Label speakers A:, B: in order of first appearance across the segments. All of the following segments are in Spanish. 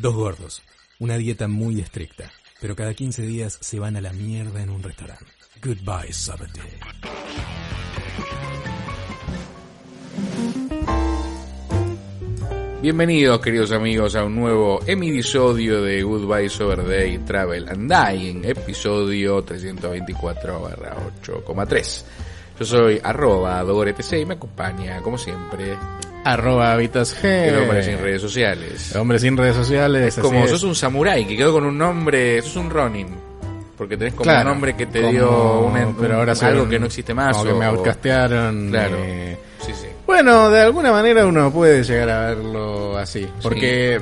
A: Dos gordos. Una dieta muy estricta. Pero cada 15 días se van a la mierda en un restaurante. Goodbye, Sabatini.
B: Bienvenidos, queridos amigos, a un nuevo episodio de Goodbye Sober Day Travel and Dying, episodio 324-8,3. Yo soy arroba DogoreTC y me acompaña, como siempre,
C: Arroba Habitas G.
B: el hombre sin redes sociales.
C: Eh. Hombre sin redes sociales. así
B: Como
C: es.
B: sos un samurái que quedó con un nombre, sos un Ronin. Porque tenés como
C: Claro,
B: un nombre que te
C: como-
B: dio una-
C: pero ahora soy
B: algo
C: un-
B: que no existe más.
C: Como que
B: o-
C: me outcastearon.
B: Claro.
C: eh,
B: Sí, sí.
C: Bueno, de alguna manera uno puede llegar a verlo así. Porque,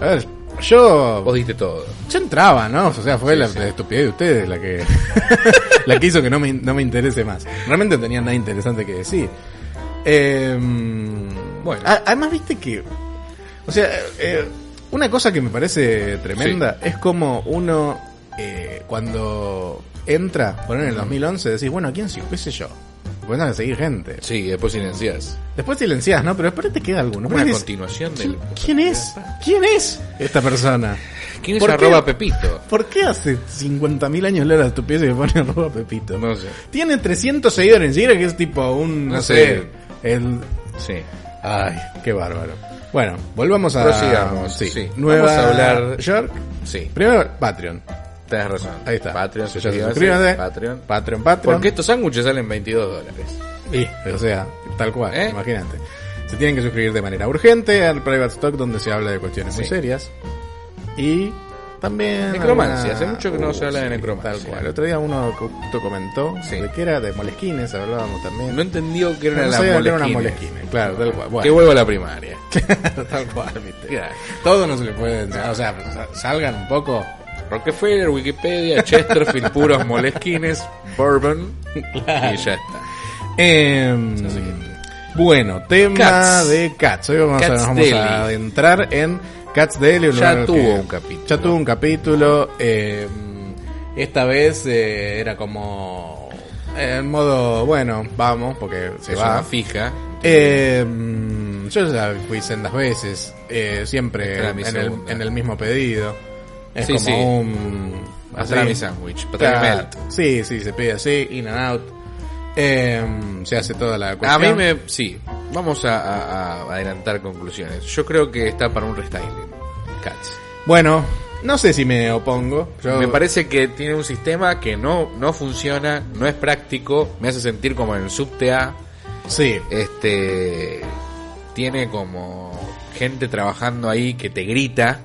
C: a ver, yo.
B: Vos diste todo.
C: Yo entraba, ¿no? O sea, fue
B: Sí,
C: la,
B: sí.
C: la estupidez de ustedes la que, la que hizo que no me, no me interese más. Realmente no tenía nada interesante que decir. Em, bueno,
B: Bueno.
C: además, viste que. O sea, eh, una cosa que me parece tremenda es como uno, eh, cuando entra, poner en el 2011, decís, bueno, ¿quién sí? ¿Qué sé yo? Comienzan a seguir gente.
B: Sí, y después silenciás.
C: Después silenciás, ¿no? Pero después te queda alguno.
B: Una
C: Después decís,
B: continuación del.
C: ¿quién, ¿Quién es? ¿Quién es esta persona?
B: ¿Quién es
C: ¿Por qué?
B: arroba Pepito?
C: ¿Por qué hace 50.000 años le la estupidez y le pone arroba Pepito?
B: No sé.
C: Tiene 300 seguidores en Instagram que es tipo un...
B: No
C: No,
B: sé.
C: sé. El...
B: Sí.
C: Ay, qué bárbaro. Bueno, volvamos a...
B: Prosigamos,
C: Sí.
B: sí.
C: Nueva
B: Vamos a hablar-
C: York.
B: Sí.
C: Primero, Patreon.
B: Tenés razón.
C: Ahí está.
B: Patreon,
C: Ya
B: suscríbanse.
C: suscríbanse.
B: Patreon.
C: Patreon, Patreon.
B: Porque estos sándwiches salen 22 dólares.
C: Sí, o sea, tal cual,
B: ¿Eh?
C: imagínate. Se tienen que suscribir de manera urgente al Private Stock donde se habla de cuestiones muy
B: Sí.
C: serias. Y también...
B: Necromancia,
C: alguna-
B: hace mucho que no se habla de necromancia.
C: Tal cual, el otro día uno co- comentó
B: Sí.
C: de que era de molesquines, hablábamos también.
B: No entendió que
C: No
B: eran las
C: sabía que era una
B: molesquines.
C: molesquines, claro, tal cual.
B: Que
C: Bueno,
B: vuelva a la primaria.
C: tal cual, viste.
B: Claro.
C: Todo no se le puede enseñar, o sea, sa- salgan un poco.
B: Rockefeller, Wikipedia, Chesterfield, puros molesquines, bourbon y ya está.
C: Em, bueno, tema
B: Cats.
C: de Cats. Hoy vamos, a,
B: Cats
C: nos vamos
B: Deli.
C: a adentrar en Cats Daily.
B: Ya tuvo un capítulo.
C: Ya tuvo un capítulo. eh, esta vez eh, era como eh, en modo, bueno, vamos, porque se
B: es
C: va.
B: una fija.
C: Eh, mm, yo ya fui sendas veces, eh, siempre
B: Esta era mi
C: en el,
B: segunda.
C: en el mismo pedido. Es
B: Sí,
C: como
B: sí.
C: un...
B: Hacer mi
C: así.
B: sándwich.
C: Claro.
B: Patrick Melt.
C: Sí, sí, se pide así, in and out. Em, se hace toda la
B: A
C: cuestión.
B: mí me... Sí, vamos a, a- a adelantar conclusiones. Yo creo que está para un restyling. Cats.
C: Bueno, no sé si me opongo. Yo-
B: Me parece que tiene un sistema que no, no funciona, no es práctico, me hace sentir como en el subte A.
C: Sí,
B: Este, tiene como gente trabajando ahí que te grita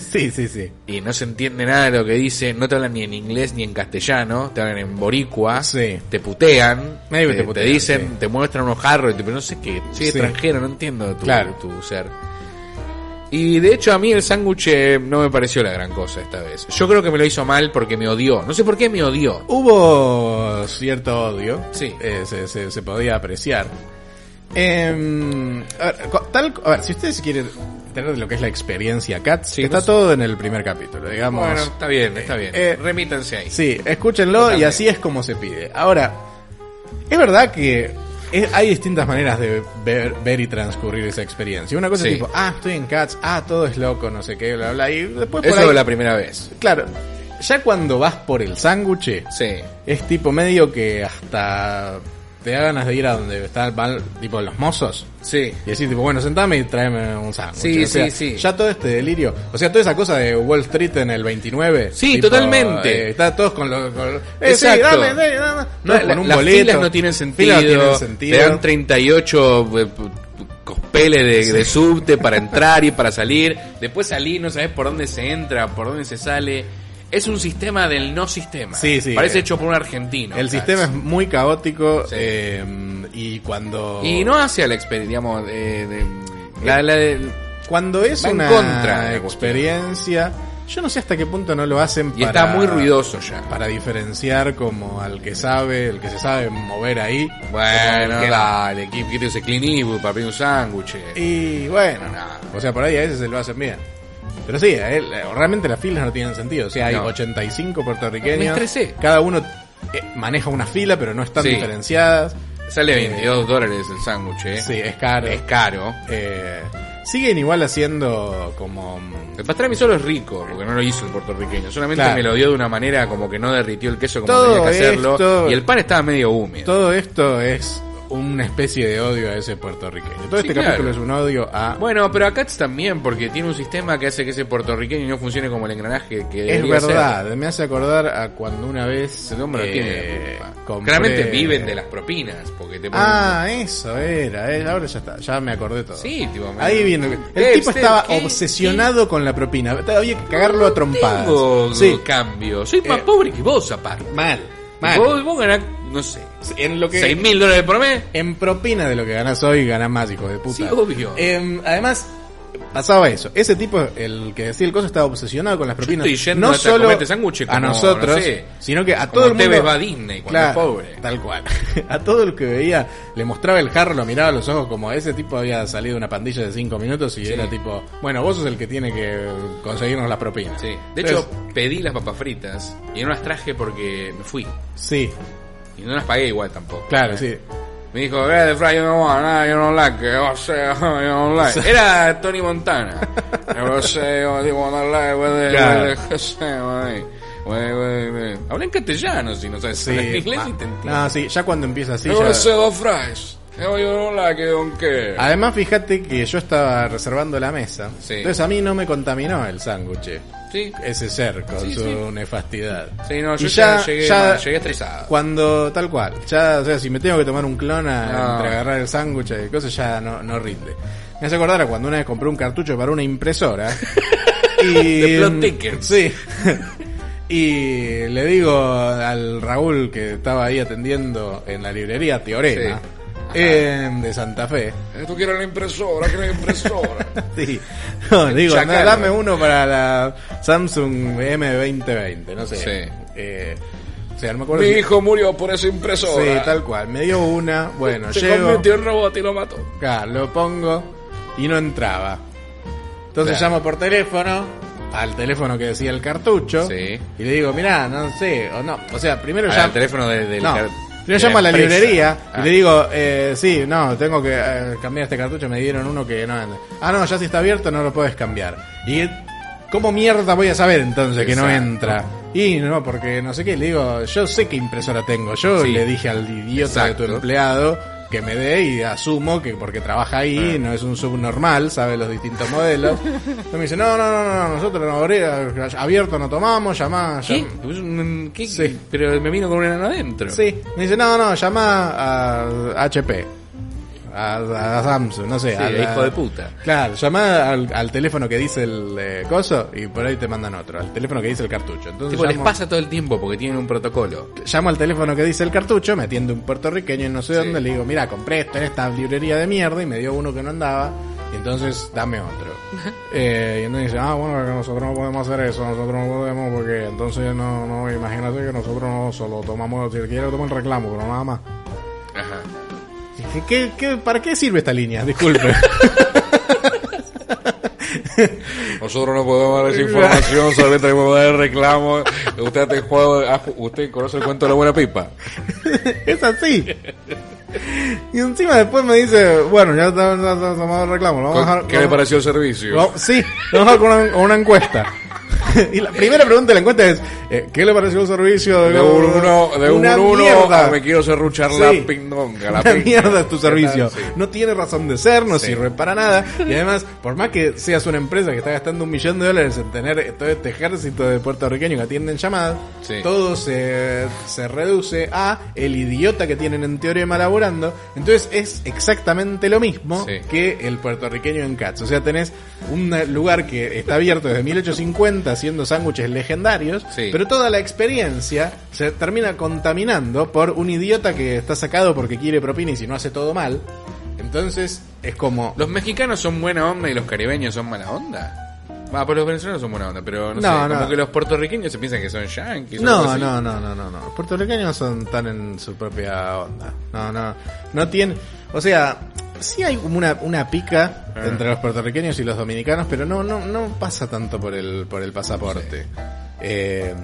C: sí, sí, sí.
B: y no se entiende nada de lo que dice, no te hablan ni en inglés ni en castellano, te hablan en boricua,
C: Sí.
B: te putean,
C: Medio que te
B: te,
C: putean,
B: te dicen,
C: sí.
B: te muestran unos jarros, y te- pero no sé qué, soy
C: Sí.
B: extranjero, no entiendo tu,
C: Claro.
B: tu ser. Y de hecho a mí el sándwich eh, no me pareció la gran cosa esta vez. Yo creo que me lo hizo mal porque me odió. No sé por qué me odió.
C: Hubo cierto odio.
B: Sí.
C: Eh, se, se- se podía apreciar. Em, a, ver, co- tal, a ver, si ustedes quieren tener lo que es la experiencia Cats,
B: Sí,
C: está
B: no sé.
C: todo en el primer capítulo, digamos.
B: Bueno, está bien, está bien.
C: Eh,
B: Remítanse ahí.
C: Sí, escúchenlo y
B: Totalmente.
C: así es como se pide. Ahora, es verdad que es- hay distintas maneras de ver, ver y transcurrir esa experiencia. Una cosa
B: Sí.
C: es tipo, ah, estoy en Cats, ah, todo es loco, no sé qué, bla, bla. Y después por
B: Eso
C: ahí,
B: la primera vez.
C: Claro, ya cuando vas por el sándwich,
B: Sí.
C: es tipo medio que hasta te da ganas de ir a donde están van, tipo los mozos.
B: Sí.
C: Y decir, tipo, bueno, sentame y tráeme un sándwich.
B: Sí,
C: O sea,
B: sí, sí.
C: Ya todo este delirio. O sea, toda esa cosa de Wall Street en el 29.
B: Sí,
C: tipo,
B: totalmente.
C: eh, está todos con los. Con, eh,
B: Exacto.
C: Sí, dame, dame, dame.
B: No,
C: Todos
B: la-
C: con un
B: las
C: boleto.
B: filas no tienen sentido.
C: Filas no tienen sentido.
B: Te dan 38 eh, p- p- cospeles de, de subte para entrar y para salir. Después salí, no sabes por dónde se entra, por dónde se sale. Es un sistema del no sistema.
C: Sí, sí.
B: Parece hecho por un argentino.
C: el
B: Cats.
C: sistema es muy caótico.
B: Sí.
C: eh, y cuando.
B: Y no hacia la experiencia, digamos, eh, de- la, la-
C: Cuando es
B: Va en
C: una
B: contra de la cuestión.
C: experiencia, yo no sé hasta qué punto no lo hacen
B: Y está muy ruidoso ya.
C: Para diferenciar como al que sabe, el que se sabe mover ahí.
B: Bueno,
C: como el que-
B: dale, ¿qué, qué te dice Clint Eastwood para pedir un sándwich?
C: Y bueno, nada. O sea, por ahí a veces se lo hacen bien. Pero sí, a él- eh, realmente las filas no tienen sentido. O sea, hay
B: No.
C: 85
B: Me
C: puertorriqueños.
B: estresé.
C: Cada uno eh, maneja una fila, pero no están
B: Sí.
C: diferenciadas.
B: Sale 22 dólares el sándwich, eh.
C: eh, Sí, es caro.
B: Es caro.
C: Eh, siguen igual haciendo como... mm,
B: El pastrami solo es rico, porque no lo hizo el puertorriqueño. Solamente
C: Claro.
B: me lo dio de una manera como que no derritió el queso como
C: Todo
B: tenía que hacerlo.
C: esto-
B: Y el pan estaba medio húmedo.
C: Todo esto es una especie de odio a ese puertorriqueño. Todo
B: Sí,
C: este
B: claro.
C: capítulo es un odio a...
B: Bueno, pero a Katz también, porque tiene un sistema que hace que ese puertorriqueño no funcione como el engranaje que
C: es
B: debería
C: verdad, me hace acordar a cuando una vez...
B: ser. El hombre no
C: eh,
B: tiene la culpa.
C: compré-
B: Claramente viven de las propinas, porque te ponen...
C: Ah, eso era. eh, Ahora ya está, ya me acordé todo.
B: Sí, tipo, me-
C: Ahí viene. El
B: Eh,
C: tipo
B: usted,
C: estaba
B: ¿qué-
C: obsesionado con la propina. Había que cagarlo a
B: qué
C: trompadas.
B: tengo
C: Sí.
B: cambio. Soy más
C: Eh,
B: pobre que vos, aparte.
C: Mal, mal.
B: Vos, vos ganás, no sé,
C: En lo que
B: 6 mil dólares por mes.
C: en propina de lo que ganás hoy, ganás más, hijo de puta.
B: Sí, obvio.
C: Em, además, pasaba eso. Ese tipo, el que decía el coso, estaba obsesionado con las propinas.
B: estoy yendo
C: no
B: hasta a
C: solo
B: comerte sándwiches
C: a
B: como,
C: nosotros,
B: no sé,
C: sino que a
B: como
C: todo el
B: te
C: mundo.
B: ves va a Disney cuando es pobre.
C: Tal cual. a todo el que veía, le mostraba el jarro, lo miraba a los ojos como ese tipo había salido de una pandilla de cinco minutos y era tipo, bueno, vos sos el que tiene que conseguirnos las propinas.
B: Sí. De
C: Entonces,
B: hecho, pedí las papas fritas y no las traje porque me fui.
C: sí,
B: Y no las pagué igual tampoco.
C: claro, sí.
B: Me dijo, eh, the fry you don't want, ah, you don't like, it, oh, say, oh, you don't like. it". Era Tony Montana. Oh, say, oh, you don't like, with
C: Claro.
B: it, with it, say, eh. with it, with it, with it. Habla en castellano si no sabes
C: Sí,
B: hablar en inglés
C: ma-
B: y te entiendo.
C: no, sí, ya cuando empieza así.
B: Oh,
C: ya- Ah,
B: say, oh, fries. Oh, you don't like, it, don't care.
C: Además, fíjate que yo estaba reservando la mesa.
B: Sí.
C: Entonces a mí no me contaminó el sándwich.
B: Sí.
C: Ese ser con
B: Sí,
C: su
B: sí.
C: nefastidad.
B: Sí, no, yo
C: Y
B: ya, llegué, mal, llegué estresado.
C: Cuando, tal cual. Ya, o sea, si me tengo que tomar un clon a-
B: No.
C: entre agarrar el sándwich y cosas, ya no, no rinde. Me hace acordar a cuando una vez compré un cartucho para una impresora. y,
B: De plot tickets.
C: Sí. y le digo al Raúl que estaba ahí atendiendo en la librería Teorema.
B: Sí.
C: eh, de Santa Fe.
B: Eh, Tú quieres la impresora, quieres la impresora.
C: Sí. No, digo,
B: Chacano.
C: anda, dame uno para la Samsung M2020, no sé.
B: Sí.
C: Eh, o sea, no me acuerdo
B: Mi
C: si-
B: hijo murió por esa
C: Sí,
B: impresora.
C: tal cual. Me dio una, bueno,
B: Se
C: llego,
B: convirtió en robot y lo mató.
C: acá, lo pongo y no entraba. Entonces
B: Claro.
C: llamo por teléfono, al teléfono que decía el cartucho,
B: Sí.
C: y le digo, mirá, no sé, o no. O sea, primero ya...
B: Al teléfono de- del
C: No.
B: car- de
C: Yo llamo a la
B: empresa.
C: librería
B: Ah.
C: y le digo, eh, sí, no, tengo que eh, cambiar este cartucho, me dieron uno que no... Ah, no, ya si está abierto no lo puedes cambiar. Y ¿cómo mierda voy a saber entonces que no
B: Exacto.
C: entra? Y no, porque no sé qué, le digo, yo sé qué impresora tengo, yo
B: Sí.
C: le dije al idiota de
B: Exacto.
C: tu empleado que me dé y asumo que porque trabaja ahí,
B: Ah.
C: no es un subnormal, sabe los distintos modelos. Entonces me dice, no, no, no, no, nosotros no abri- abierto no tomamos, llamá,
B: ¿Qué?
C: llamá.
B: Mm, ¿Qué?
C: Sí.
B: Pero me vino con un enano adentro.
C: Sí, me dice, no, no, llama a HP, a, a Samsung, no sé.
B: Sí,
C: a la-
B: hijo de puta.
C: Claro, llama al, al teléfono que dice el eh, coso y por ahí te mandan otro, al teléfono que dice el cartucho. Entonces
B: Tipo, les
C: llamo-
B: pasa todo el tiempo porque tienen un protocolo.
C: llamo al teléfono que dice el cartucho, me atiende un puertorriqueño y no sé
B: Sí.
C: dónde, le digo, mira, compré esto en esta librería de mierda y me dio uno que no andaba, y entonces dame otro. eh, y entonces dice, ah, bueno, que nosotros no podemos hacer eso, nosotros no podemos porque entonces no, no, imagínate que nosotros no solo tomamos, si quiere toma el reclamo, pero nada más.
B: Ajá.
C: Dije, ¿qué, qué, para qué sirve esta línea? Disculpe.
B: Nosotros no podemos dar esa información, solamente tenemos que dar el reclamo. Usted, te juega, ah, usted conoce el cuento de la buena pipa.
C: es así. Y encima después me dice, bueno, ya está está- está tomado el reclamo, lo vamos a dejar-
B: ¿Qué le
C: vamos-
B: pareció el servicio?
C: No, sí, vamos a con una, con una encuesta. y la primera pregunta de la encuesta es, eh, ¿qué le pareció el servicio de,
B: De un uno, de un
C: Una
B: uno,
C: mierda.
B: ah, me quiero serruchar la
C: Sí.
B: pindonga. La
C: Una
B: pin-
C: mierda es tu servicio.
B: Sí.
C: No tiene razón de ser, no
B: Sí.
C: sirve para nada. Y además, por más que seas una empresa que está gastando un millón de dólares en tener todo este ejército de puertorriqueños que atienden llamadas,
B: Sí.
C: todo se, se reduce a el idiota que tienen en teorema laborando. Entonces es exactamente lo mismo
B: Sí.
C: que el puertorriqueño en Cats. O sea, tenés un lugar que está abierto desde 1850 haciendo sándwiches legendarios,
B: Sí.
C: pero toda la experiencia se termina contaminando por un idiota que está sacado porque quiere propina y si no hace todo mal. Entonces, es como.
B: ¿Los mexicanos son buena onda y los caribeños son mala onda? Va, pues los venezolanos son buena onda, pero no,
C: No,
B: sé, como
C: no.
B: que los puertorriqueños se piensan que son yanquis. o algo
C: No,
B: así.
C: no, no, no, no, no. Los puertorriqueños son tan en su propia onda. No, no. No tienen. O sea, sí hay como una, una pica
B: Eh.
C: entre los puertorriqueños y los dominicanos, pero no, no, no pasa tanto por el, por el pasaporte. Eh,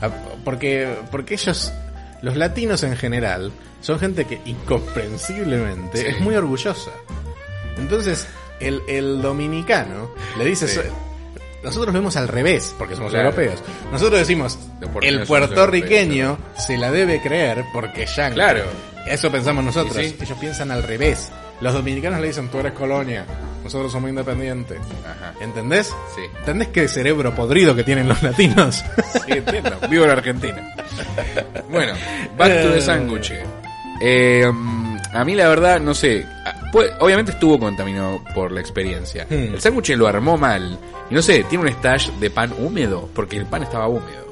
C: a- porque, porque ellos, los latinos en general, son gente que incomprensiblemente
B: Sí.
C: es muy orgullosa. Entonces, el, el dominicano le dice.
B: Sí.
C: Nosotros vemos al revés, porque somos
B: Claro.
C: europeos. Nosotros decimos,
B: De por qué
C: el
B: no somos
C: puertorriqueño se la debe creer porque es yanqui.
B: Claro.
C: Eso pensamos nosotros.
B: Y sí.
C: Ellos piensan al revés. Los dominicanos le dicen, tú eres colonia, nosotros somos independientes.
B: Ajá.
C: ¿Entendés?
B: Sí.
C: ¿Entendés qué cerebro podrido que tienen los latinos?
B: Sí, entiendo. Vivo la Argentina. Bueno, back to the sándwich. Eh, mm, a mí la verdad, no sé. Ah, pues, obviamente estuvo contaminado por la experiencia.
C: Hmm.
B: El sándwich lo armó mal. Y no sé, tiene un stash de pan húmedo, porque el pan estaba húmedo.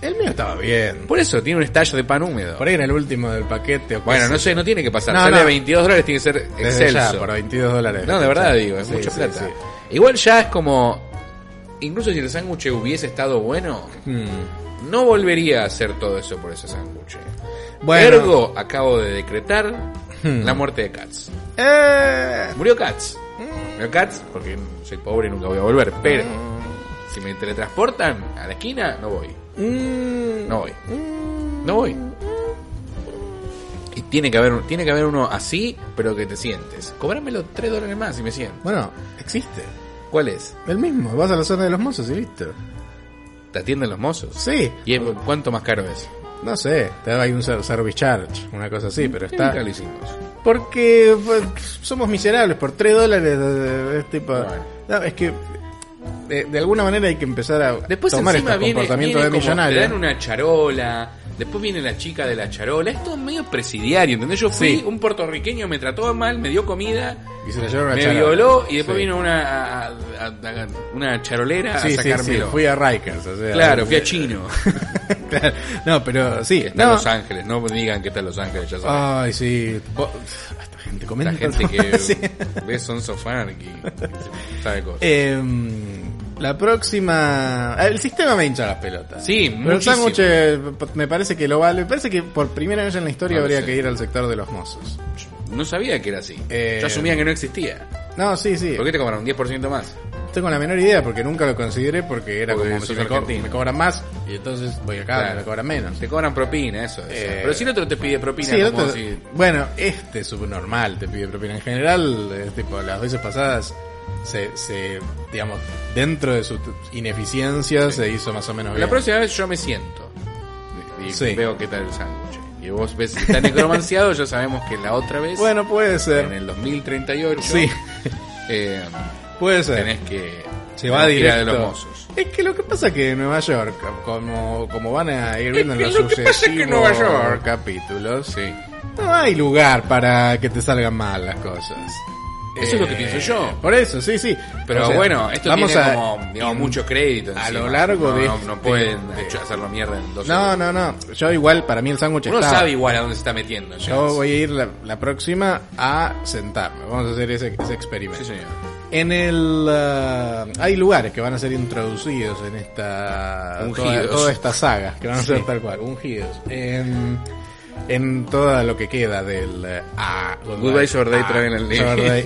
C: el mío estaba bien.
B: Por eso tiene un stash de pan húmedo.
C: Por ahí era el último del paquete. o qué
B: Bueno,
C: sé
B: no
C: yo.
B: sé, no tiene que pasar.
C: No,
B: Sale
C: no.
B: a 22 dólares, tiene que ser
C: Desde ya,
B: excelso.
C: por 22 dólares.
B: No, de verdad digo, es
C: Sí,
B: mucha
C: sí,
B: plata.
C: sí.
B: Igual ya es como. Incluso si el sándwich hubiese estado bueno,
C: Hmm.
B: no volvería a hacer todo eso por ese sándwich.
C: Bueno. Hmm.
B: Ergo, acabo de decretar la muerte de Katz.
C: Eh,
B: Murió Katz.
C: Hmm.
B: Murió Katz porque soy pobre y nunca voy a volver. Pero
C: Hmm.
B: si me teletransportan a la esquina, no voy.
C: Hmm.
B: No voy. No voy. Y tiene que haber, tiene que haber uno así, pero que te sientes. Cobrámelo 3 dólares más si me siento.
C: bueno, existe.
B: ¿Cuál es?
C: El mismo. Vas a la zona de los mozos y listo.
B: ¿Te atienden los mozos?
C: Sí.
B: ¿Y es, cuánto más caro es?
C: No sé, te da ahí un ser- service charge, una cosa
B: Mm,
C: así, pero está.
B: Nunca lo hicimos.
C: Porque pues, somos miserables, por 3 dólares eh, es tipo.
B: Bueno.
C: No, es que de, de alguna manera hay que empezar a
B: Después
C: tomar
B: encima
C: este
B: viene,
C: comportamiento
B: viene
C: de
B: como,
C: millonario.
B: Te dan una charola, después viene la chica de la charola. Esto es medio presidiario, ¿entendés? Yo fui,
C: Sí.
B: un puertorriqueño me trató mal, me dio comida,
C: Y se la llevaron a
B: me
C: charola.
B: violó y después
C: Sí.
B: vino una, a- a- a- una charolera
C: Sí,
B: a
C: sí, sí,
B: sacármelo.
C: fui a Rikers. o sea,
B: Claro, fui a Chino.
C: Claro. No, pero sí.
B: Que está en
C: No. Ah,
B: Los Ángeles, no digan que está en Los Ángeles, ya saben.
C: Ay, sí. Vos- Esta gente comenta.
B: La gente que
C: Sí. Eh,
B: ve Sons of Anarchy, sabe cosas.
C: Em, la próxima. eh, El sistema me hincha las pelotas.
B: Sí,
C: Pero el
B: muchísimo.
C: sándwich eh, p- me parece que lo vale. Me parece que por primera vez en la historia
B: No lo
C: habría
B: sé.
C: que ir al sector de los mozos.
B: No sabía que era así.
C: Eh,
B: Yo asumía que no existía.
C: No, sí, sí.
B: ¿Por qué te cobraron 10% más?
C: Tengo la menor idea porque nunca lo consideré porque era
B: Porque
C: como si
B: sos
C: me, co-
B: argentino.
C: me cobran más y entonces voy acá
B: Claro.
C: y me cobran menos.
B: Te cobran propina, eso. eso.
C: Eh,
B: Pero si el otro te pide propina,
C: Sí, el
B: como
C: otro-
B: si-
C: Bueno, este subnormal te pide propina. En general, es tipo, las veces pasadas se, se digamos, dentro de su t- ineficiencia se hizo más o menos
B: La
C: bien.
B: próxima vez yo me siento. Y y
C: Sí.
B: veo qué tal el sándwich. Y vos ves si está necromanciado, ya sabemos que la otra vez,
C: Bueno, puede
B: en
C: ser.
B: el 2038,
C: Sí,
B: eh,
C: puede ser.
B: tenés que...
C: Se va
B: tenés que ir a
C: directo.
B: de los mozos.
C: Es que lo que pasa es que en Nueva York, como, como van a ir viendo en
B: que
C: los
B: lo que pasa es que en Nueva
C: sucesivos
B: York-
C: capítulos,
B: Sí.
C: no hay lugar para que te salgan mal las cosas.
B: Eso es lo que pienso yo.
C: Por eso, sí, sí.
B: Pero
C: Eh, O sea,
B: bueno, esto
C: vamos
B: tiene
C: a-
B: como digamos, mucho crédito.
C: a
B: encima.
C: lo largo
B: no,
C: de
B: No,
C: este-
B: no pueden hecho, hacerlo mierda en dos
C: No,
B: segundos.
C: no, no. Yo igual, para mí el sándwich
B: Uno
C: está...
B: sabe igual a dónde se está metiendo. ya.
C: Yo voy a ir la, la próxima a sentarme. Vamos a hacer ese, ese experimento.
B: Sí, señor.
C: En el ah, hay lugares que van a ser introducidos en esta toda,
B: Ungidos.
C: toda esta saga que van a ser tal cual ungidos en, en todo lo que queda del eh, ah,
B: Goodbye, Sorday, traen el link.
C: Sorday.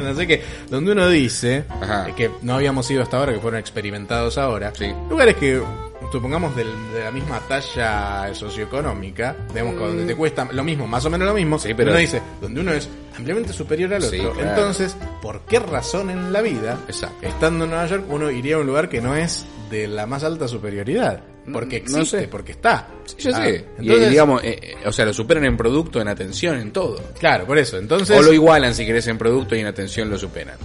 C: no sé qué, donde uno dice
B: Ajá.
C: eh, que no habíamos ido hasta ahora, que fueron experimentados ahora.
B: Sí.
C: Lugares que supongamos del- de la misma talla socioeconómica, digamos que donde te cuesta lo mismo, más o menos lo mismo,
B: Mm. Sí, pero-
C: uno dice donde uno es ampliamente superior al otro.
B: Sí, claro.
C: Entonces entonces, ¿por qué razón en la vida,
B: Exacto.
C: estando en Nueva York, uno iría a un lugar que no es de la más alta superioridad? Porque
B: No- no
C: existe,
B: sé.
C: porque está.
B: Sí, ya
C: Ah,
B: sé. Y,
C: Entonces,
B: digamos, eh, eh, o sea, lo superan en producto, en atención, en todo.
C: claro, por eso. Entonces,
B: O lo igualan si querés en producto y en atención lo superan.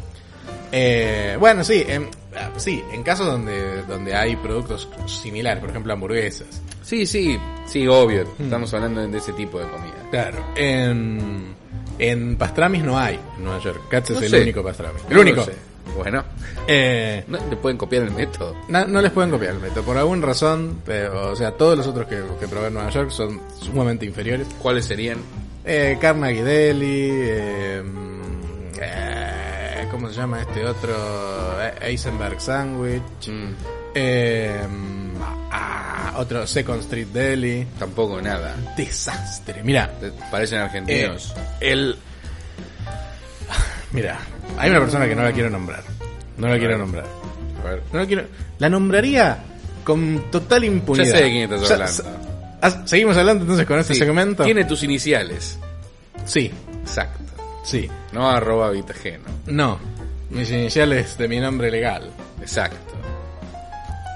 C: eh, bueno, sí, en, ah, sí, en casos donde, donde hay productos similares, por ejemplo, hamburguesas.
B: Sí, sí, sí, obvio.
C: Hmm.
B: Estamos hablando de ese tipo de comida.
C: Claro. En, en pastramis no hay en Nueva York. Katz es
B: No
C: el
B: sé.
C: único pastrami.
B: No
C: El
B: lo
C: único.
B: sé. Bueno,
C: Eh,
B: no te pueden copiar el método.
C: No, no les pueden copiar el método. Por alguna razón, eh, o sea, todos los otros que, que probé en Nueva York son sumamente inferiores.
B: ¿Cuáles serían?
C: Eh, Carnegie Deli, eh, mm, eh, ¿Cómo se llama este otro? Eh, Eisenberg Sandwich.
B: Mm,
C: Eh, ah, otro Second Street Deli.
B: tampoco nada.
C: Desastre. Mira,
B: Te- Parecen
C: eh,
B: argentinos.
C: el. Mira, hay una persona que no la quiero nombrar. No la quiero nombrar.
B: A ver.
C: No la quiero. La nombraría con total impunidad.
B: Ya sé de quién estás
C: O sea,
B: hablando.
C: Ah, Seguimos hablando entonces con este
B: Sí,
C: segmento.
B: Tiene tus iniciales.
C: Sí,
B: Exacto.
C: sí.
B: No arroba vitageno.
C: No. Mis iniciales de mi nombre legal.
B: Exacto.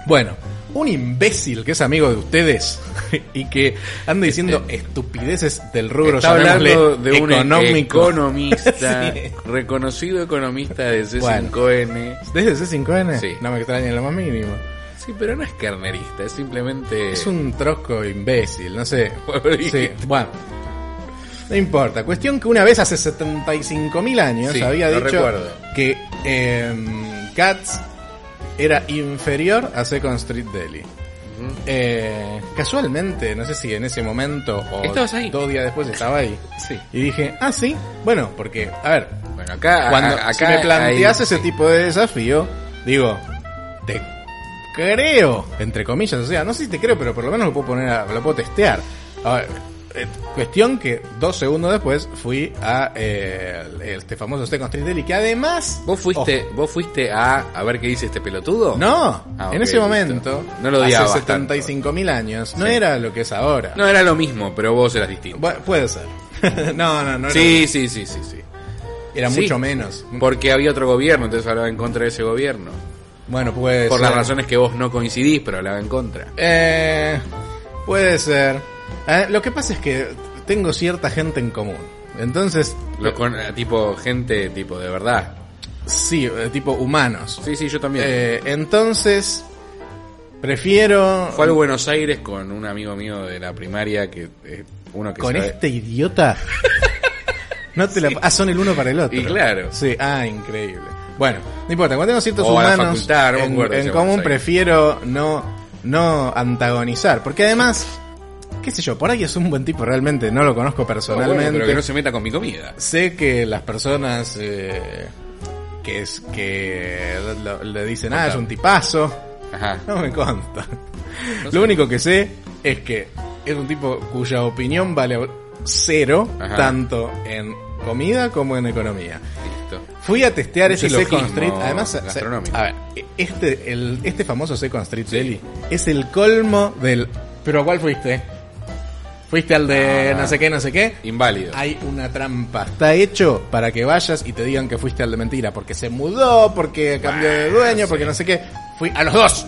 C: Bueno, un imbécil que es amigo de ustedes y que anda diciendo estupideces del
B: Este,
C: rubro
B: Está hablando
C: llamémosle
B: de un
C: económico.
B: economista,
C: Sí.
B: reconocido economista de C5N.
C: ¿Desde C5N?
B: Sí. Eh.
C: No me extraña en lo más mínimo.
B: Sí, pero no es carnerista, es simplemente...
C: Es un trosco imbécil, no sé.
B: Pobre
C: Sí, bueno. No importa. Cuestión que una vez hace 75.000 años
B: Sí,
C: había
B: lo
C: dicho
B: recuerdo.
C: que em, Cats era inferior a Second Street Deli. Eh, casualmente, no sé si en ese momento o
B: Estabas ahí.
C: dos días después estaba ahí.
B: Sí.
C: Y dije, ah, sí. Bueno, porque, a ver,
B: Bueno, acá...
C: cuando
B: a- acá
C: si me planteas
B: hay-
C: ese
B: sí.
C: tipo de desafío, digo, te creo, entre comillas, o sea, no sé si te creo, pero por lo menos lo puedo poner a- lo puedo testear. A ver, eh, cuestión que dos segundos después fui a eh, el- este famoso Second Street Deli, que además...
B: ¿Vos fuiste,
C: Ojo,
B: ¿Vos fuiste a, a ver qué dice este pelotudo?
C: no,
B: Ah,
C: en
B: ok,
C: ese
B: listo.
C: momento,
B: No lo
C: hace
B: odiabas
C: 75.000 años, no
B: Sí.
C: era lo que es ahora.
B: No, era lo mismo, pero vos eras distinto.
C: Bu- puede ser. no, no, no.
B: sí, sí, sí, sí, sí.
C: Era, era
B: Sí.
C: mucho menos.
B: Porque había otro gobierno, entonces hablaba en contra de ese gobierno.
C: Bueno, pues...
B: Por las razones que vos no coincidís, pero hablaba en contra.
C: Eh, puede ser. Eh, lo que pasa es que tengo cierta gente en común. Entonces,
B: Lo con- tipo gente, tipo de verdad.
C: sí, eh, tipo humanos.
B: Sí, sí, yo también.
C: Eh, entonces, prefiero
B: Fue a Buenos Aires con un amigo mío de la primaria que eh, uno que
C: con
B: sabe-
C: este idiota. No te la- Ah, son el uno para el otro.
B: Y claro.
C: Sí, ah, increíble. Bueno, no importa, cuando tengo ciertos
B: O a la
C: humanos
B: facultad, no me
C: en,
B: acuerdo
C: en
B: si Buenos
C: común
B: Aires.
C: prefiero no, no antagonizar. Porque además, qué sé yo, por ahí es un buen tipo realmente, no lo conozco
B: Oh, bueno,
C: personalmente.
B: pero que no se meta con mi comida.
C: sé que las personas eh, que es que lo- le dicen ah es un tipazo
B: Ajá.
C: no me conta lo único que sé es que es un tipo cuya opinión vale cero
B: Ajá.
C: tanto en comida como en economía
B: Listo.
C: Fui a testear ese
B: silogismo
C: Second Street. Además, se- se-
B: gastronómico.
C: a ver, este, el, este famoso Second Street Deli es el colmo del. ¿Pero a cuál fuiste? Fuiste al de
B: Ah.
C: no sé qué, no sé qué.
B: Inválido.
C: Hay una trampa. Está hecho para que vayas y te digan que fuiste al de mentira. Porque se mudó, porque cambió de dueño, porque no sé qué. Fui a los dos.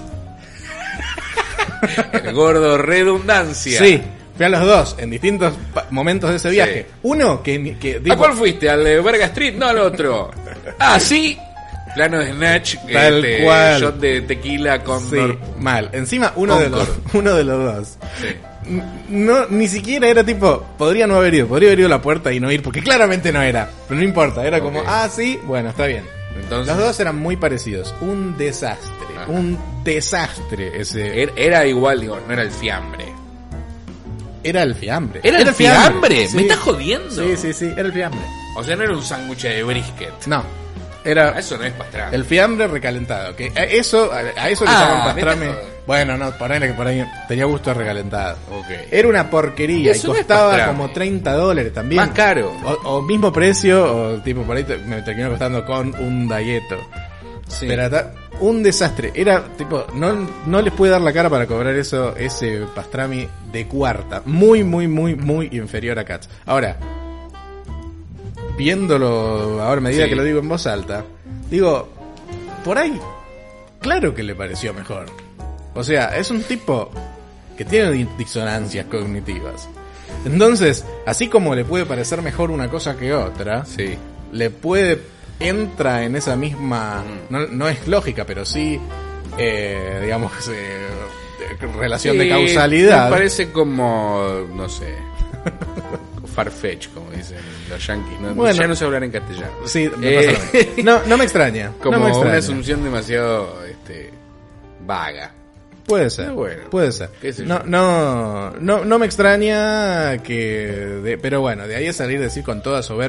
B: El gordo redundancia.
C: Sí. Fui a los dos en distintos pa- momentos de ese viaje. Uno que, ni- que
B: ¿A
C: digo,
B: cuál fuiste? ¿Al de Verga Street? No, al otro. Ah, sí. Plano de Snatch.
C: Tal cual.
B: Shot de tequila con...
C: sí, mal. Encima uno de, los, uno de los dos.
B: Sí.
C: N- No, ni siquiera era tipo, podría no haber ido, podría haber ido a la puerta y no ir, porque claramente no era. Pero no importa, era como,
B: Ok.
C: ah, sí, bueno, está bien.
B: Entonces- Ah.
C: Los dos eran muy parecidos. Un desastre.
B: Ajá.
C: Un desastre ese.
B: Er- Era igual, digo, no era el fiambre.
C: Era el fiambre.
B: ¿Era el fiambre?
C: Sí.
B: ¿Me estás jodiendo?
C: Sí, sí, sí, era el fiambre.
B: O sea, no era un sándwich de brisket.
C: No, era
B: Eso no Ah, es pastrami.
C: el fiambre recalentado. Que a eso, a a eso le
B: Ah,
C: llaman
B: vete a
C: pastrame.
B: joder.
C: Bueno, no, ponele que por ahí tenía gusto a recalentado.
B: Ok.
C: Era una porquería y
B: Eso no es
C: costaba
B: pastrami.
C: como 30 dólares también.
B: Más caro.
C: O, o mismo precio, o tipo, por ahí te- me terminó costando con un dayeto.
B: Sí.
C: Pero ta- un desastre. Era tipo, no, no les pude dar la cara para cobrar eso, ese pastrami de cuarta. Muy, muy, muy, muy inferior a Cats. Ahora, viéndolo ahora a medida
B: Sí.
C: que lo digo en voz alta, digo, por ahí, claro que le pareció mejor. O sea, es un tipo que tiene di- disonancias cognitivas. Entonces, así como le puede parecer mejor una cosa que otra,
B: Sí.
C: le puede entra en esa misma
B: Mm.
C: no, no es lógica pero sí eh, digamos eh, relación de
B: Sí,
C: causalidad
B: Me parece como, no sé, farfetch, como dicen los yankees. No,
C: Bueno.
B: ya no sé hablar en castellano.
C: sí me
B: Eh,
C: pasa lo mismo. no no me extraña
B: como
C: no me
B: una
C: extraña.
B: asunción demasiado este, vaga.
C: puede ser
B: Pero Ah, bueno,
C: puede ser
B: qué sé
C: no
B: yo.
C: no no no me extraña que de- pero bueno de ahí a salir a decir con toda soberbia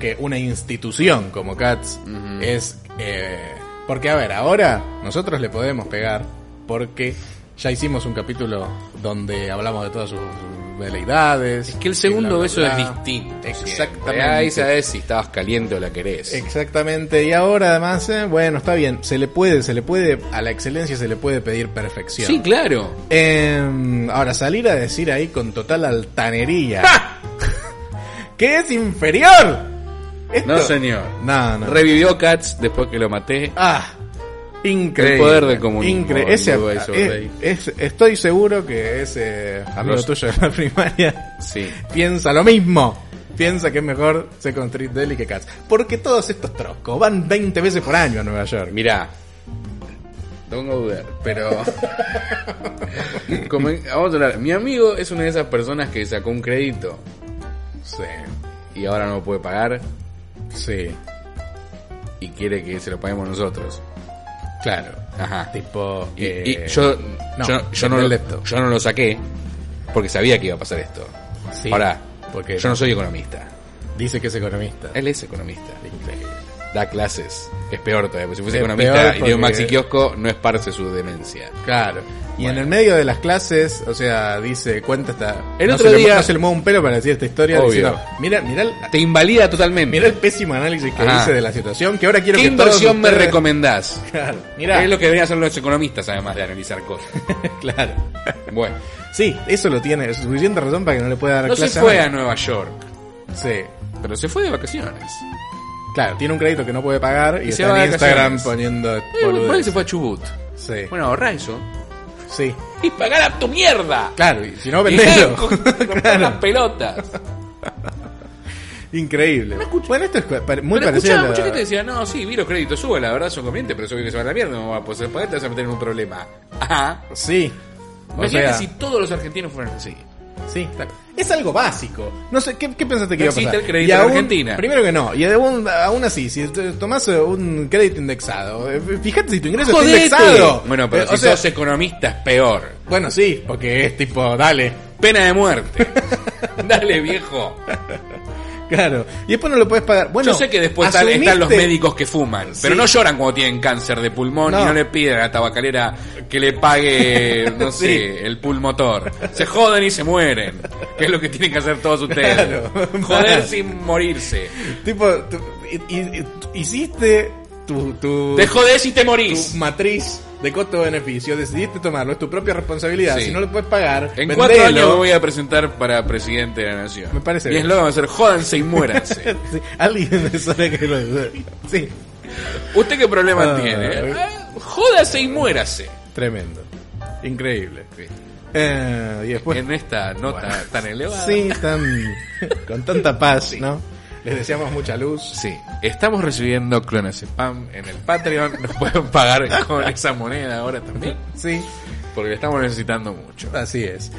C: que una institución como Cats es... eh, porque, a ver, ahora nosotros le podemos pegar porque ya hicimos un capítulo donde hablamos de todas sus veleidades.
B: Es que el segundo
C: y bla,
B: beso
C: bla, bla.
B: es distinto.
C: Exactamente.
B: Ahí sabes si estabas caliente o la querés.
C: Exactamente, y ahora además, eh, bueno, está bien, se le puede, se le puede, a la excelencia se le puede pedir perfección.
B: Sí, claro.
C: Em, ahora, salir a decir ahí con total altanería que es inferior. Esto-
B: No, señor.
C: No, no.
B: Revivió Cats después que lo maté.
C: ah, increíble.
B: El poder del comunismo,
C: Incre-
B: el
C: ese-
B: Dubai
C: es-
B: Survey.
C: es- estoy seguro que ese amigo
B: Los-
C: tuyo de la primaria
B: Sí.
C: piensa lo mismo. Piensa que es mejor Second Street Deli que Cats. Porque todos estos troscos van 20 veces por año a Nueva York.
B: Mirá. Don't go there, pero. Como en- vamos a hablar. Mi amigo es una de esas personas que sacó un crédito
C: Sí,
B: y ahora no puede pagar
C: sí,
B: y quiere que se lo paguemos nosotros.
C: claro.
B: Ajá.
C: Tipo,
B: Y,
C: eh,
B: y yo,
C: no,
B: yo, yo no
C: vendé
B: lo,
C: el laptop.
B: yo no lo saqué porque sabía que iba a pasar esto.
C: Sí,
B: Ahora,
C: porque-
B: yo no soy economista.
C: dice que es economista.
B: Él es economista. Da clases. Es peor todavía, porque si fuese
C: Es
B: economista
C: peor
B: y tiene un
C: porque-
B: maxi kiosco, no esparce su demencia.
C: Claro. Y en
B: Bueno.
C: el medio de las clases, o sea, dice, cuenta esta.
B: El
C: no
B: otro
C: se
B: día-
C: Le, no se le mueve un pelo para decir esta historia.
B: Obvio.
C: Diciendo, mira, mira, el,
B: Te invalida totalmente.
C: mira el pésimo análisis que
B: Ajá.
C: hice de la situación, que ahora quiero
B: ¿Qué
C: que todos
B: inversión me
C: ustedes-
B: recomendás?
C: Claro, mirá.
B: Es lo que deberían hacer los economistas, además de analizar cosas.
C: claro.
B: Bueno,
C: Sí, eso lo tiene, es suficiente razón para que no le pueda dar
B: no se
C: clase a
B: fue a
C: nadie.
B: Nueva York,
C: Sí.
B: pero se fue de vacaciones.
C: Claro, tiene un crédito que no puede pagar y,
B: Y se va
C: está
B: de
C: en Instagram
B: vacaciones.
C: poniendo.
B: Eh, por ahí
C: boludeces.
B: se fue a Chubut.
C: Sí.
B: Bueno, ahorra eso.
C: sí.
B: Y pagar a tu mierda.
C: Claro, y si no,
B: Claro,
C: vendelo.
B: las pelotas.
C: Increíble. bueno, esto es pa- muy
B: Pero
C: parecido
B: escuchaba
C: a la-
B: mucha gente decía, no, sí, vi los créditos, sube, la verdad son convenientes, pero eso que se va a la mierda, no va a poder pagar, te vas a meter en un problema. Ajá.
C: Sí. O
B: Imagínate
C: sea,
B: si todos los argentinos fueran así.
C: sí. Es algo básico. No sé, ¿qué, qué pensaste que
B: No
C: iba a pasar?
B: existe el crédito
C: Y
B: en
C: aún-
B: Argentina.
C: Primero que no. Y aún, aún así, si t- tomás eh, un crédito indexado, eh, fíjate si tu ingreso
B: ¡Jodete!
C: está indexado.
B: Bueno, pero
C: Eh,
B: si
C: o sea,
B: sos economista es peor.
C: Bueno, sí, porque es tipo, dale.
B: Pena de muerte. Dale, viejo.
C: Claro. Y después no lo puedes pagar. Bueno,
B: Yo sé que después están,
C: asumiste-
B: están los médicos que fuman, pero
C: Sí.
B: no lloran cuando tienen cáncer de pulmón y
C: No.
B: no le piden a la tabacalera que le pague, no
C: Sí.
B: sé, el pulmotor. Se joden y se mueren, que es lo que tienen que hacer todos ustedes.
C: Claro.
B: Joder sin morirse.
C: Tipo, tú- y- y- y- hiciste tu. tu
B: Te jodés y te
C: tu
B: morís.
C: matriz de costo-beneficio, decidiste tomarlo, es tu propia responsabilidad.
B: Sí.
C: Si no lo puedes pagar,
B: En
C: vendelo.
B: cuatro años me voy a presentar para presidente de la nación.
C: Me parece
B: Mi
C: bien.
B: eslogan va a ser jódanse y muéranse.
C: Sí, alguien me sabe que lo Sí,
B: ¿Usted qué problema
C: Ah.
B: tiene? Ah, Jódase y muérase.
C: tremendo. Increíble. Eh, y después.
B: En esta nota
C: Bueno.
B: tan elevada.
C: Sí, tan, con tanta paz, ¿no? Les deseamos mucha luz.
B: Sí, estamos recibiendo clones spam en el Patreon. Nos pueden pagar con esa moneda ahora también.
C: Sí,
B: Porque la estamos necesitando mucho.
C: así es.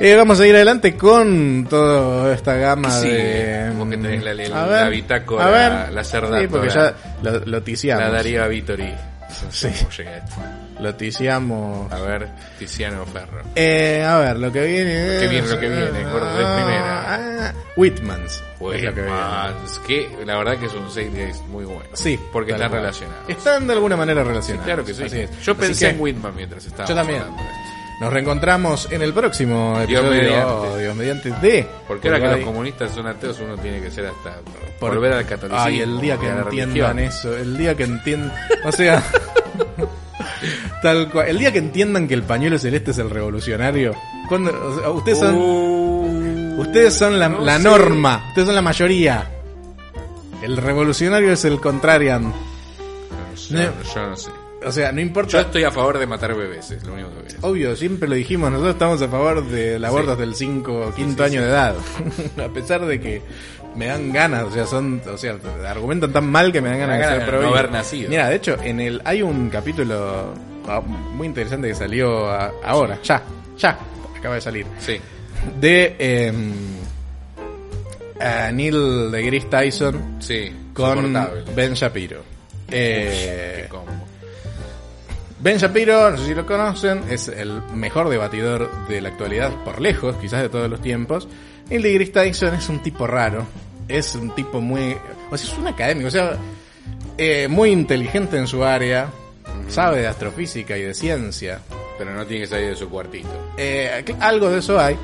C: Eh, vamos a ir adelante con toda esta gama
B: Sí,
C: de. mm,
B: vos que tenés la- el-
C: A
B: la bitácora, la cerdatora.
C: Sí, porque ya lo, lo ticiamos.
B: La daría Vittori. No sé
C: Sí.
B: cómo llega esto.
C: Lo ticiamos.
B: A ver, Tiziano Ferro.
C: Eh, a ver, lo que viene.
B: Lo que viene, lo que viene, gordo, de primera.
C: Ah, Whitman's. es lo que viene.
B: Whitmans, Pues, que la verdad que es un 6 days muy bueno.
C: Sí,
B: porque
C: tal
B: están
C: cual.
B: relacionados.
C: Están de alguna manera relacionados.
B: Claro que sí.
C: Así es.
B: Yo
C: Así
B: pensé
C: que
B: en Whitman mientras estaba.
C: Yo también. Nos reencontramos en el próximo
B: Dios
C: episodio
B: mediante.
C: Dios mediante de.
B: Porque ahora que
C: Uruguay
B: los comunistas son ateos, uno tiene que ser hasta
C: por-
B: volver al catolicismo.
C: Ay, el día que
B: y a la
C: entiendan
B: religión.
C: eso, el día que entiendan, o sea, tal cual, el día que entiendan que el pañuelo celeste es el revolucionario, cuando o sea, ustedes son
B: Uh,
C: Ustedes son la,
B: no
C: la
B: sé.
C: norma, ustedes son la mayoría. El revolucionario es el contrarian.
B: Yo, yo no sé.
C: O sea, no
B: Yo
C: importa.
B: estoy a favor de matar bebés, es lo único que voy a decir.
C: Obvio, siempre lo dijimos, nosotros estamos a favor del aborto hasta el 5 quinto año de edad. a pesar de que me dan ganas, o sea, son, o sea, argumentan tan mal que me dan
B: dan
C: ganas, de
B: ganas
C: ser
B: de
C: pro
B: no
C: vida.
B: haber nacido.
C: Mira, de hecho, en el hay un capítulo ah, muy interesante que salió a- ahora, ya, ya, acaba de salir.
B: Sí.
C: de eh, a Neil de Gris Tyson
B: Sí.
C: con
B: soportable.
C: Ben Shapiro. Eh,
B: Qué combo.
C: ben Shapiro, no sé si lo conocen, es el mejor debatidor de la actualidad por lejos, quizás de todos los tiempos. Neil de Gris Tyson es un tipo raro. es un tipo muy. O sea, es un académico, o sea, eh, muy inteligente en su área. Sabe de astrofísica y de ciencia.
B: Pero no tiene que salir de su cuartito.
C: Eh, cl- algo de eso hay.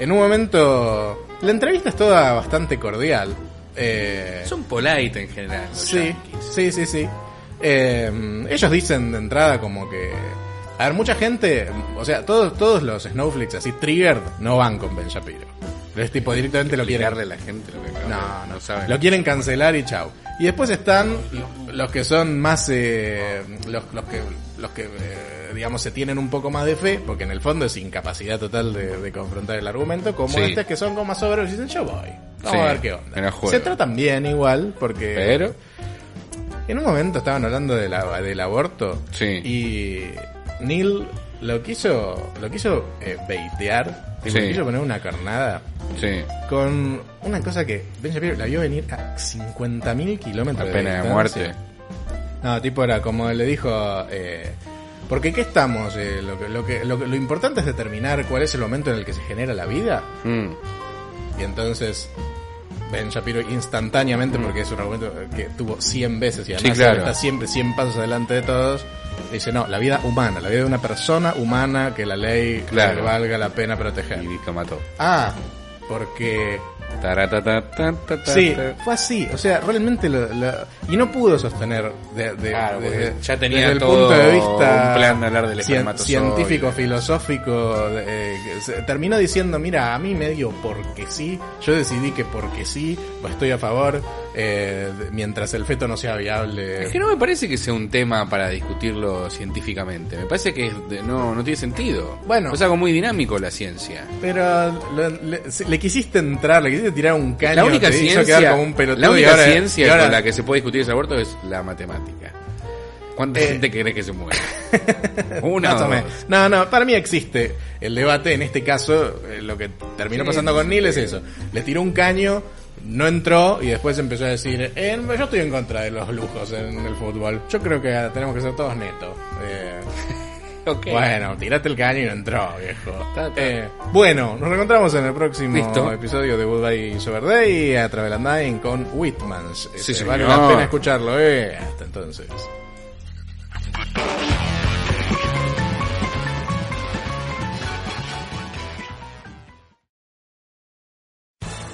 C: En un momento. La entrevista es toda bastante cordial. Eh,
B: Son polite en general. los
C: Sí,
B: yankees.
C: sí, sí, sí. Eh, ellos dicen de entrada como que... A ver, mucha gente, o sea, todos, todos los snowflakes así triggered no van con Ben Shapiro. Es tipo directamente lo quieren...
B: Explicarle a la gente lo que acabo
C: No,
B: de-
C: no
B: saben.
C: Lo quieren cancelar y chau. Y después están lo- los que son más, eh, los, los que, los que eh, digamos, se tienen un poco más de fe, porque en el fondo es incapacidad total de, de confrontar el argumento, como
B: Sí.
C: estos que son como más sobrios y dicen, yo voy. Vamos
B: Sí,
C: a ver qué onda.
B: me la juego.
C: Se tratan bien igual, porque...
B: Pero,
C: En un momento estaban hablando de la- del aborto.
B: Sí.
C: Y Neil lo quiso, lo quiso eh, baitear. tipo,
B: Sí.
C: Le quiso poner una carnada
B: sí.
C: con una cosa que Ben Shapiro la vio venir a 50.000 kilómetros
B: La
C: de
B: pena de
C: distancia.
B: muerte.
C: No, tipo era como le dijo... eh, porque ¿qué estamos? Eh, lo, que- lo, que, lo, que- lo importante es determinar cuál es el momento en el que se genera la vida.
B: Mm.
C: Y entonces Ben Shapiro instantáneamente, porque es un argumento que tuvo 100 veces y además
B: Sí, claro.
C: está siempre 100 pasos adelante de todos, dice, no, la vida humana, la vida de una persona humana que la ley
B: Claro.
C: le valga la pena proteger.
B: Y lo mató.
C: Ah, porque...
B: Taratatata-
C: Sí, fue así, o sea, realmente lo, lo- y no pudo sostener de, de-
B: Claro, porque
C: desde-
B: ya tenía
C: desde el
B: todo
C: punto de vista
B: un plan de hablar del espermatozoide.
C: científico filosófico de- eh, que se- terminó diciendo mira a mí medio porque sí yo decidí que porque sí estoy a favor eh, de- mientras el feto no sea viable
B: Es que no me parece que sea un tema para discutirlo científicamente. Me parece que es de- no, no tiene sentido.
C: Bueno.
B: Es algo muy dinámico la ciencia.
C: pero lo- le, se- le quisiste entrar le quisiste tirar un caño
B: La única
C: te hizo
B: ciencia,
C: quedar como un pelotudo
B: la única
C: y ahora-
B: ciencia
C: y ahora-
B: con la que se puede discutir ese aborto es la matemática. ¿Cuánta gente crees que se muere? Una
C: Eh. Más
B: o
C: o
B: dos.
C: menos. No, no, para mí existe el debate. En este caso, eh, lo que terminó pasando con Neil es eso. Le tiró un caño, no entró y después empezó a decir, "Eh, yo estoy en contra de los lujos en el fútbol. Yo creo que tenemos que ser todos netos. Eh,
B: Ok.
C: Bueno, tirate el caño y no entró, viejo.
B: Está, está.
C: Eh, bueno, nos reencontramos en el próximo
B: Listo.
C: episodio de Goodbye Sober Day a Travel and Dying con Whitmans.
B: Sí,
C: Este,
B: señor.
C: vale la pena escucharlo, eh. Hasta entonces.